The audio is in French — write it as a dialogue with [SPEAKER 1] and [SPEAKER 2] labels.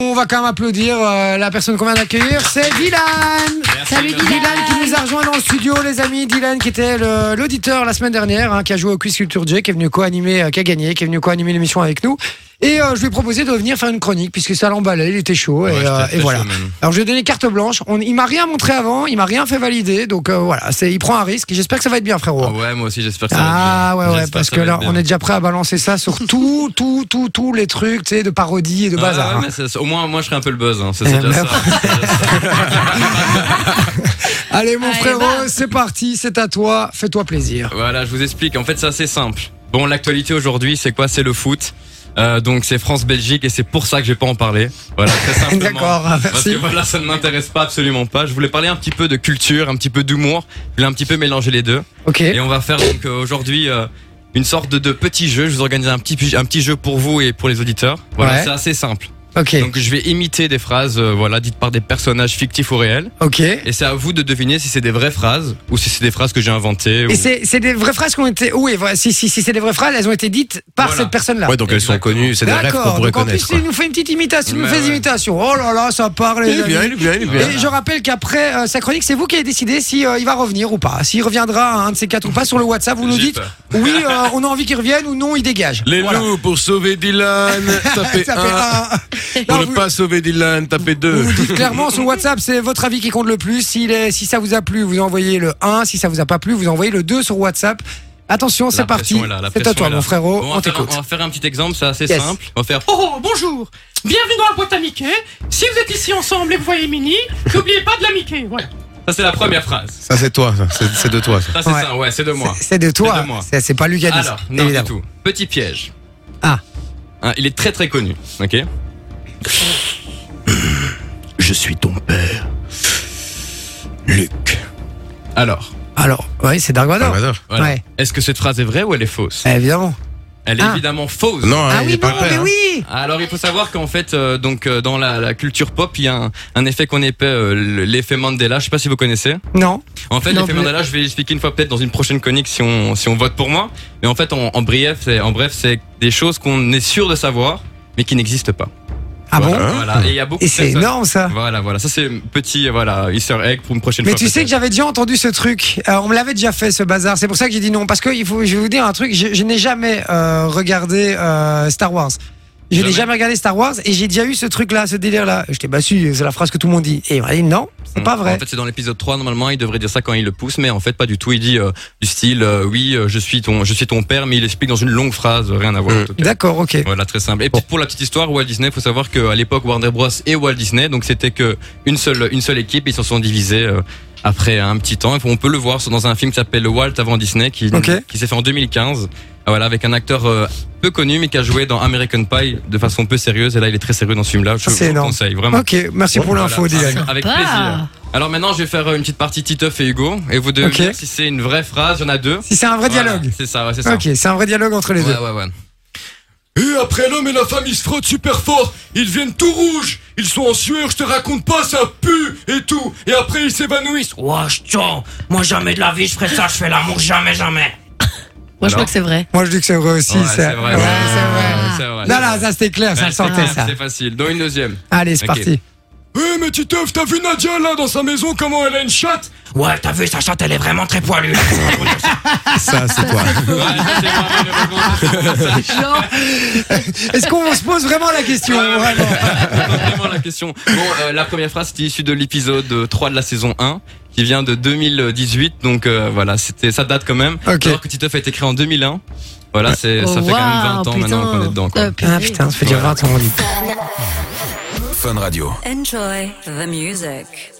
[SPEAKER 1] On va quand même applaudir euh, la personne qu'on vient d'accueillir, c'est Dylan
[SPEAKER 2] Salut Dylan.
[SPEAKER 1] Dylan qui nous a rejoint dans le studio, les amis. Dylan qui était le- l'auditeur la semaine dernière, hein, qui a joué au Quiz Culture J, qui est venu co-animer, euh, qui a gagné, qui est venu co-animer l'émission avec nous. Et euh, je lui ai proposé de venir faire une chronique, puisque ça l'emballait, il était chaud. et,
[SPEAKER 3] Ouais,
[SPEAKER 1] euh,
[SPEAKER 3] j'étais
[SPEAKER 1] et
[SPEAKER 3] très
[SPEAKER 1] voilà.
[SPEAKER 3] chaud même.
[SPEAKER 1] Alors je lui ai donné carte blanche. On, il m'a rien montré avant, il m'a rien fait valider. Donc euh, voilà, c'est, il prend un risque. et J'espère que ça va être bien, frérot.
[SPEAKER 3] Ah ouais, moi aussi j'espère que ça va
[SPEAKER 1] Ah
[SPEAKER 3] être bien.
[SPEAKER 1] ouais ouais
[SPEAKER 3] J'espère
[SPEAKER 1] parce
[SPEAKER 3] ça
[SPEAKER 1] que
[SPEAKER 3] va
[SPEAKER 1] là
[SPEAKER 3] être bien.
[SPEAKER 1] on est déjà prêt à balancer ça sur tout tout tout tous les trucs tu sais de parodie et de
[SPEAKER 3] Ah
[SPEAKER 1] bazar.
[SPEAKER 3] ouais,
[SPEAKER 1] hein.
[SPEAKER 3] mais c'est- au moins, moi je serai un peu le buzz. Hein. C'est
[SPEAKER 1] Eh
[SPEAKER 3] c'est déjà
[SPEAKER 1] ben-
[SPEAKER 3] ça. C'est déjà ça.
[SPEAKER 1] Allez mon
[SPEAKER 2] Allez,
[SPEAKER 1] frérot,
[SPEAKER 2] va.
[SPEAKER 1] c'est parti, c'est à toi, fais-toi plaisir.
[SPEAKER 3] Voilà, je vous explique. En fait, c'est assez simple. Bon, l'actualité aujourd'hui, c'est quoi C'est le foot. Euh, donc c'est France-Belgique et c'est pour ça que je vais pas en parler. Voilà, très simplement.
[SPEAKER 1] D'accord,
[SPEAKER 3] Parce que
[SPEAKER 1] merci.
[SPEAKER 3] voilà, ça ne m'intéresse pas absolument pas. Je voulais parler un petit peu de culture, un petit peu d'humour. Je voulais un petit peu mélanger les deux.
[SPEAKER 1] Ok.
[SPEAKER 3] Et on va faire donc euh, aujourd'hui euh, une sorte de, de petit jeu. Je vous organise un petit, un petit jeu pour vous et pour les auditeurs. Voilà,
[SPEAKER 1] Ouais.
[SPEAKER 3] c'est assez simple.
[SPEAKER 1] Ok.
[SPEAKER 3] Donc je vais imiter des phrases euh, voilà dites par des personnages fictifs ou réels
[SPEAKER 1] Ok.
[SPEAKER 3] et c'est à vous de deviner si c'est des vraies phrases ou si c'est des phrases que j'ai inventées ou...
[SPEAKER 1] Et c'est c'est des vraies phrases qui ont été oui voilà, si si si c'est des vraies phrases elles ont été dites par
[SPEAKER 3] Voilà.
[SPEAKER 1] cette personne là.
[SPEAKER 4] Ouais, donc elles sont
[SPEAKER 3] Exactement.
[SPEAKER 4] connues, c'est des rêves qu'on
[SPEAKER 1] D'accord.
[SPEAKER 4] pourrait
[SPEAKER 1] Donc en plus il
[SPEAKER 4] connaître.
[SPEAKER 1] nous fait une petite imitation, il nous
[SPEAKER 3] Mais
[SPEAKER 1] fait des
[SPEAKER 3] ouais.
[SPEAKER 1] imitations. Oh là là ça parle. les amis.
[SPEAKER 4] est bien, il est
[SPEAKER 3] bien.
[SPEAKER 1] Et je rappelle qu'après euh, sa chronique, c'est vous qui avez décidé si euh, il va revenir ou pas. S'il reviendra à un de ces quatre ou pas sur le WhatsApp, vous nous
[SPEAKER 3] J'ai
[SPEAKER 1] dites
[SPEAKER 3] peur.
[SPEAKER 1] oui, euh, on a envie qu'il revienne ou non, il dégage.
[SPEAKER 4] Les
[SPEAKER 1] Voilà.
[SPEAKER 4] loups pour sauver Dylan, tapez
[SPEAKER 1] Ça fait
[SPEAKER 4] 1.
[SPEAKER 1] un.
[SPEAKER 4] Euh, Pour
[SPEAKER 1] Non,
[SPEAKER 4] ne
[SPEAKER 1] vous-
[SPEAKER 4] pas sauver Dylan, tapez
[SPEAKER 1] Vous
[SPEAKER 4] 2.
[SPEAKER 1] vous dites clairement sur WhatsApp, c'est votre avis qui compte le plus. S'il est, si ça vous a plu, vous envoyez le 1. Si ça vous a pas plu, vous envoyez le 2 sur WhatsApp. Attention, c'est
[SPEAKER 3] La pression
[SPEAKER 1] parti.
[SPEAKER 3] est là, la
[SPEAKER 1] C'est à
[SPEAKER 3] pression
[SPEAKER 1] toi,
[SPEAKER 3] est là.
[SPEAKER 1] mon frérot. on
[SPEAKER 3] Bon, on, va faire un,
[SPEAKER 1] t'écoute.
[SPEAKER 3] on va faire un petit exemple, c'est assez
[SPEAKER 1] Yes.
[SPEAKER 3] simple. On va faire
[SPEAKER 5] Oh, oh, bonjour Bienvenue dans la boîte à Mickey Si vous êtes ici ensemble et que vous voyez Minnie, n'oubliez pas de la Mickey Voilà
[SPEAKER 3] ça c'est la première phrase.
[SPEAKER 4] Ça, c'est toi, ça. C'est- c'est de toi.
[SPEAKER 3] Ça
[SPEAKER 4] ça.
[SPEAKER 3] c'est
[SPEAKER 1] Ouais.
[SPEAKER 3] ça, ouais, c'est de moi.
[SPEAKER 1] C'est- C'est de toi.
[SPEAKER 3] de moi.
[SPEAKER 1] C'est c'est pas Lucas.
[SPEAKER 3] Alors, non du tout. Petit piège.
[SPEAKER 1] Ah.
[SPEAKER 3] Hein, il est très très connu. OK.
[SPEAKER 4] Je suis ton père. Luc.
[SPEAKER 3] Alors,
[SPEAKER 1] Alors, oui, c'est Dark Vador.
[SPEAKER 4] Salvador.
[SPEAKER 3] voilà.
[SPEAKER 1] Ouais.
[SPEAKER 3] Est-ce que cette phrase est vraie ou elle est fausse
[SPEAKER 1] Eh, Évidemment.
[SPEAKER 3] Elle est
[SPEAKER 1] Ah.
[SPEAKER 3] évidemment fausse.
[SPEAKER 4] Non, hein,
[SPEAKER 1] Ah
[SPEAKER 4] il
[SPEAKER 1] oui,
[SPEAKER 4] est pas
[SPEAKER 1] non,
[SPEAKER 4] le père.
[SPEAKER 1] mais
[SPEAKER 4] hein.
[SPEAKER 1] oui.
[SPEAKER 3] Alors il faut savoir qu'en fait euh, donc euh, dans la, la culture pop il y a un, un effet qu'on appelle euh, l'effet Mandela. Je sais pas si vous connaissez.
[SPEAKER 1] Non.
[SPEAKER 3] En fait
[SPEAKER 1] Non,
[SPEAKER 3] l'effet
[SPEAKER 1] mais-
[SPEAKER 3] Mandela je vais l'expliquer une fois peut-être dans une prochaine chronique si on si on vote pour moi. Mais en fait en, en bref c'est en bref c'est des choses qu'on est sûr de savoir mais qui n'existent pas.
[SPEAKER 1] Ah bon
[SPEAKER 3] Voilà, voilà. Et il y a beaucoup.
[SPEAKER 1] Et
[SPEAKER 3] de
[SPEAKER 1] c'est
[SPEAKER 3] personnes-
[SPEAKER 1] énorme ça.
[SPEAKER 3] Voilà voilà ça c'est un petit euh, voilà Easter egg pour une prochaine
[SPEAKER 1] Mais
[SPEAKER 3] fois.
[SPEAKER 1] tu sais que
[SPEAKER 3] peut-être.
[SPEAKER 1] j'avais déjà entendu ce truc. Euh, on me l'avait déjà fait ce bazar. C'est pour ça que j'ai dit non. Parce que il faut, je vais vous dire un truc. Je, je n'ai jamais euh, regardé euh, Star Wars. Je n'ai
[SPEAKER 3] Jamais.
[SPEAKER 1] jamais regardé Star Wars et j'ai déjà eu ce truc-là, ce délire-là. Je t'ai battu, c'est la phrase que tout le monde dit. Et il m'a dit non, c'est pas vrai.
[SPEAKER 3] Hmm. Mm. En fait, c'est dans l'épisode 3 normalement, il devrait dire ça quand il le pousse, mais en fait pas du tout. Il dit euh, du style euh, oui, euh, je suis ton, je suis ton père, mais il explique dans une longue phrase, rien à voir.
[SPEAKER 4] Mm.
[SPEAKER 3] en tout cas.
[SPEAKER 1] D'accord, ok.
[SPEAKER 3] Voilà, très simple. Et puis, pour la petite histoire, Walt Disney, faut savoir qu'à l'époque, Warner Bros et Walt Disney, donc c'était que une seule, une seule équipe, ils se sont divisés euh, après un petit temps. Et on peut le voir dans un film qui s'appelle Walt avant Disney, qui,
[SPEAKER 1] Ok.
[SPEAKER 3] qui s'est fait en 2015. Ah, Voilà, avec un acteur euh, peu connu, mais qui a joué dans American Pie de façon peu sérieuse. Et là, il est très sérieux dans ce film-là. Je
[SPEAKER 1] Ah, c'est
[SPEAKER 3] vous le
[SPEAKER 1] énorme.
[SPEAKER 3] conseille vraiment.
[SPEAKER 1] Ok, merci pour l'info,
[SPEAKER 3] Voilà,
[SPEAKER 1] Dylan.
[SPEAKER 3] Avec
[SPEAKER 2] Sympa.
[SPEAKER 3] plaisir. Alors maintenant, je vais faire euh, une petite partie Titeuf et Hugo, et vous devez
[SPEAKER 1] Ok.
[SPEAKER 3] me dire si c'est une vraie phrase. Il y en a deux.
[SPEAKER 1] Si c'est un vrai
[SPEAKER 3] Voilà,
[SPEAKER 1] dialogue.
[SPEAKER 3] C'est ça, ouais, c'est ça.
[SPEAKER 1] Ok, c'est un vrai dialogue entre les
[SPEAKER 3] Ouais,
[SPEAKER 1] deux.
[SPEAKER 3] ouais, ouais.
[SPEAKER 4] Et après l'homme et la femme, ils se frottent super fort. Ils viennent tout rouges. Ils sont en sueur, je te raconte pas, ça pue et tout. Et après, ils s'évanouissent.
[SPEAKER 5] Ouah, je tiens Moi, jamais de la vie, je ferai ça, je fais l'amour, jamais, jamais
[SPEAKER 2] Moi, je crois
[SPEAKER 3] Alors
[SPEAKER 2] que c'est vrai.
[SPEAKER 1] Moi, je dis que c'est vrai aussi.
[SPEAKER 3] Ouais,
[SPEAKER 1] ça.
[SPEAKER 3] c'est vrai.
[SPEAKER 1] Ouais,
[SPEAKER 3] Ouais,
[SPEAKER 1] c'est vrai.
[SPEAKER 3] c'est vrai.
[SPEAKER 1] Non, là, ça c'était clair, ça
[SPEAKER 3] Ouais,
[SPEAKER 1] le sentait
[SPEAKER 3] c'est-
[SPEAKER 1] ça. Ah.
[SPEAKER 3] C'est facile. Dans une deuxième.
[SPEAKER 1] Allez, c'est
[SPEAKER 3] Ok.
[SPEAKER 1] parti.
[SPEAKER 4] Eh mais Titeuf, t'as vu Nadia là dans sa maison comment elle a une chatte
[SPEAKER 5] Ouais, t'as vu, sa chatte, elle est vraiment très poilue
[SPEAKER 4] Ça c'est toi.
[SPEAKER 3] Ouais, ça, c'est moi, malheureusement, c'est ça.
[SPEAKER 1] Est-ce qu'on se pose vraiment la question
[SPEAKER 3] Ouais, ouais, ouais.
[SPEAKER 1] vraiment
[SPEAKER 3] C'est vraiment la question. Bon, euh, la première phrase c'était issue de l'épisode euh, 3 de la saison 1 qui vient de 2018 donc euh, voilà, c'était ça date quand même.
[SPEAKER 1] Ok.
[SPEAKER 3] Alors que Titeuf a été créé en 2001. Voilà, c'est ça fait quand même 20 ans maintenant qu'on est dedans quoi.
[SPEAKER 1] Ah
[SPEAKER 4] hein.
[SPEAKER 1] putain, ça fait déjà 20 ans qu'on dit.
[SPEAKER 6] Enjoy the music.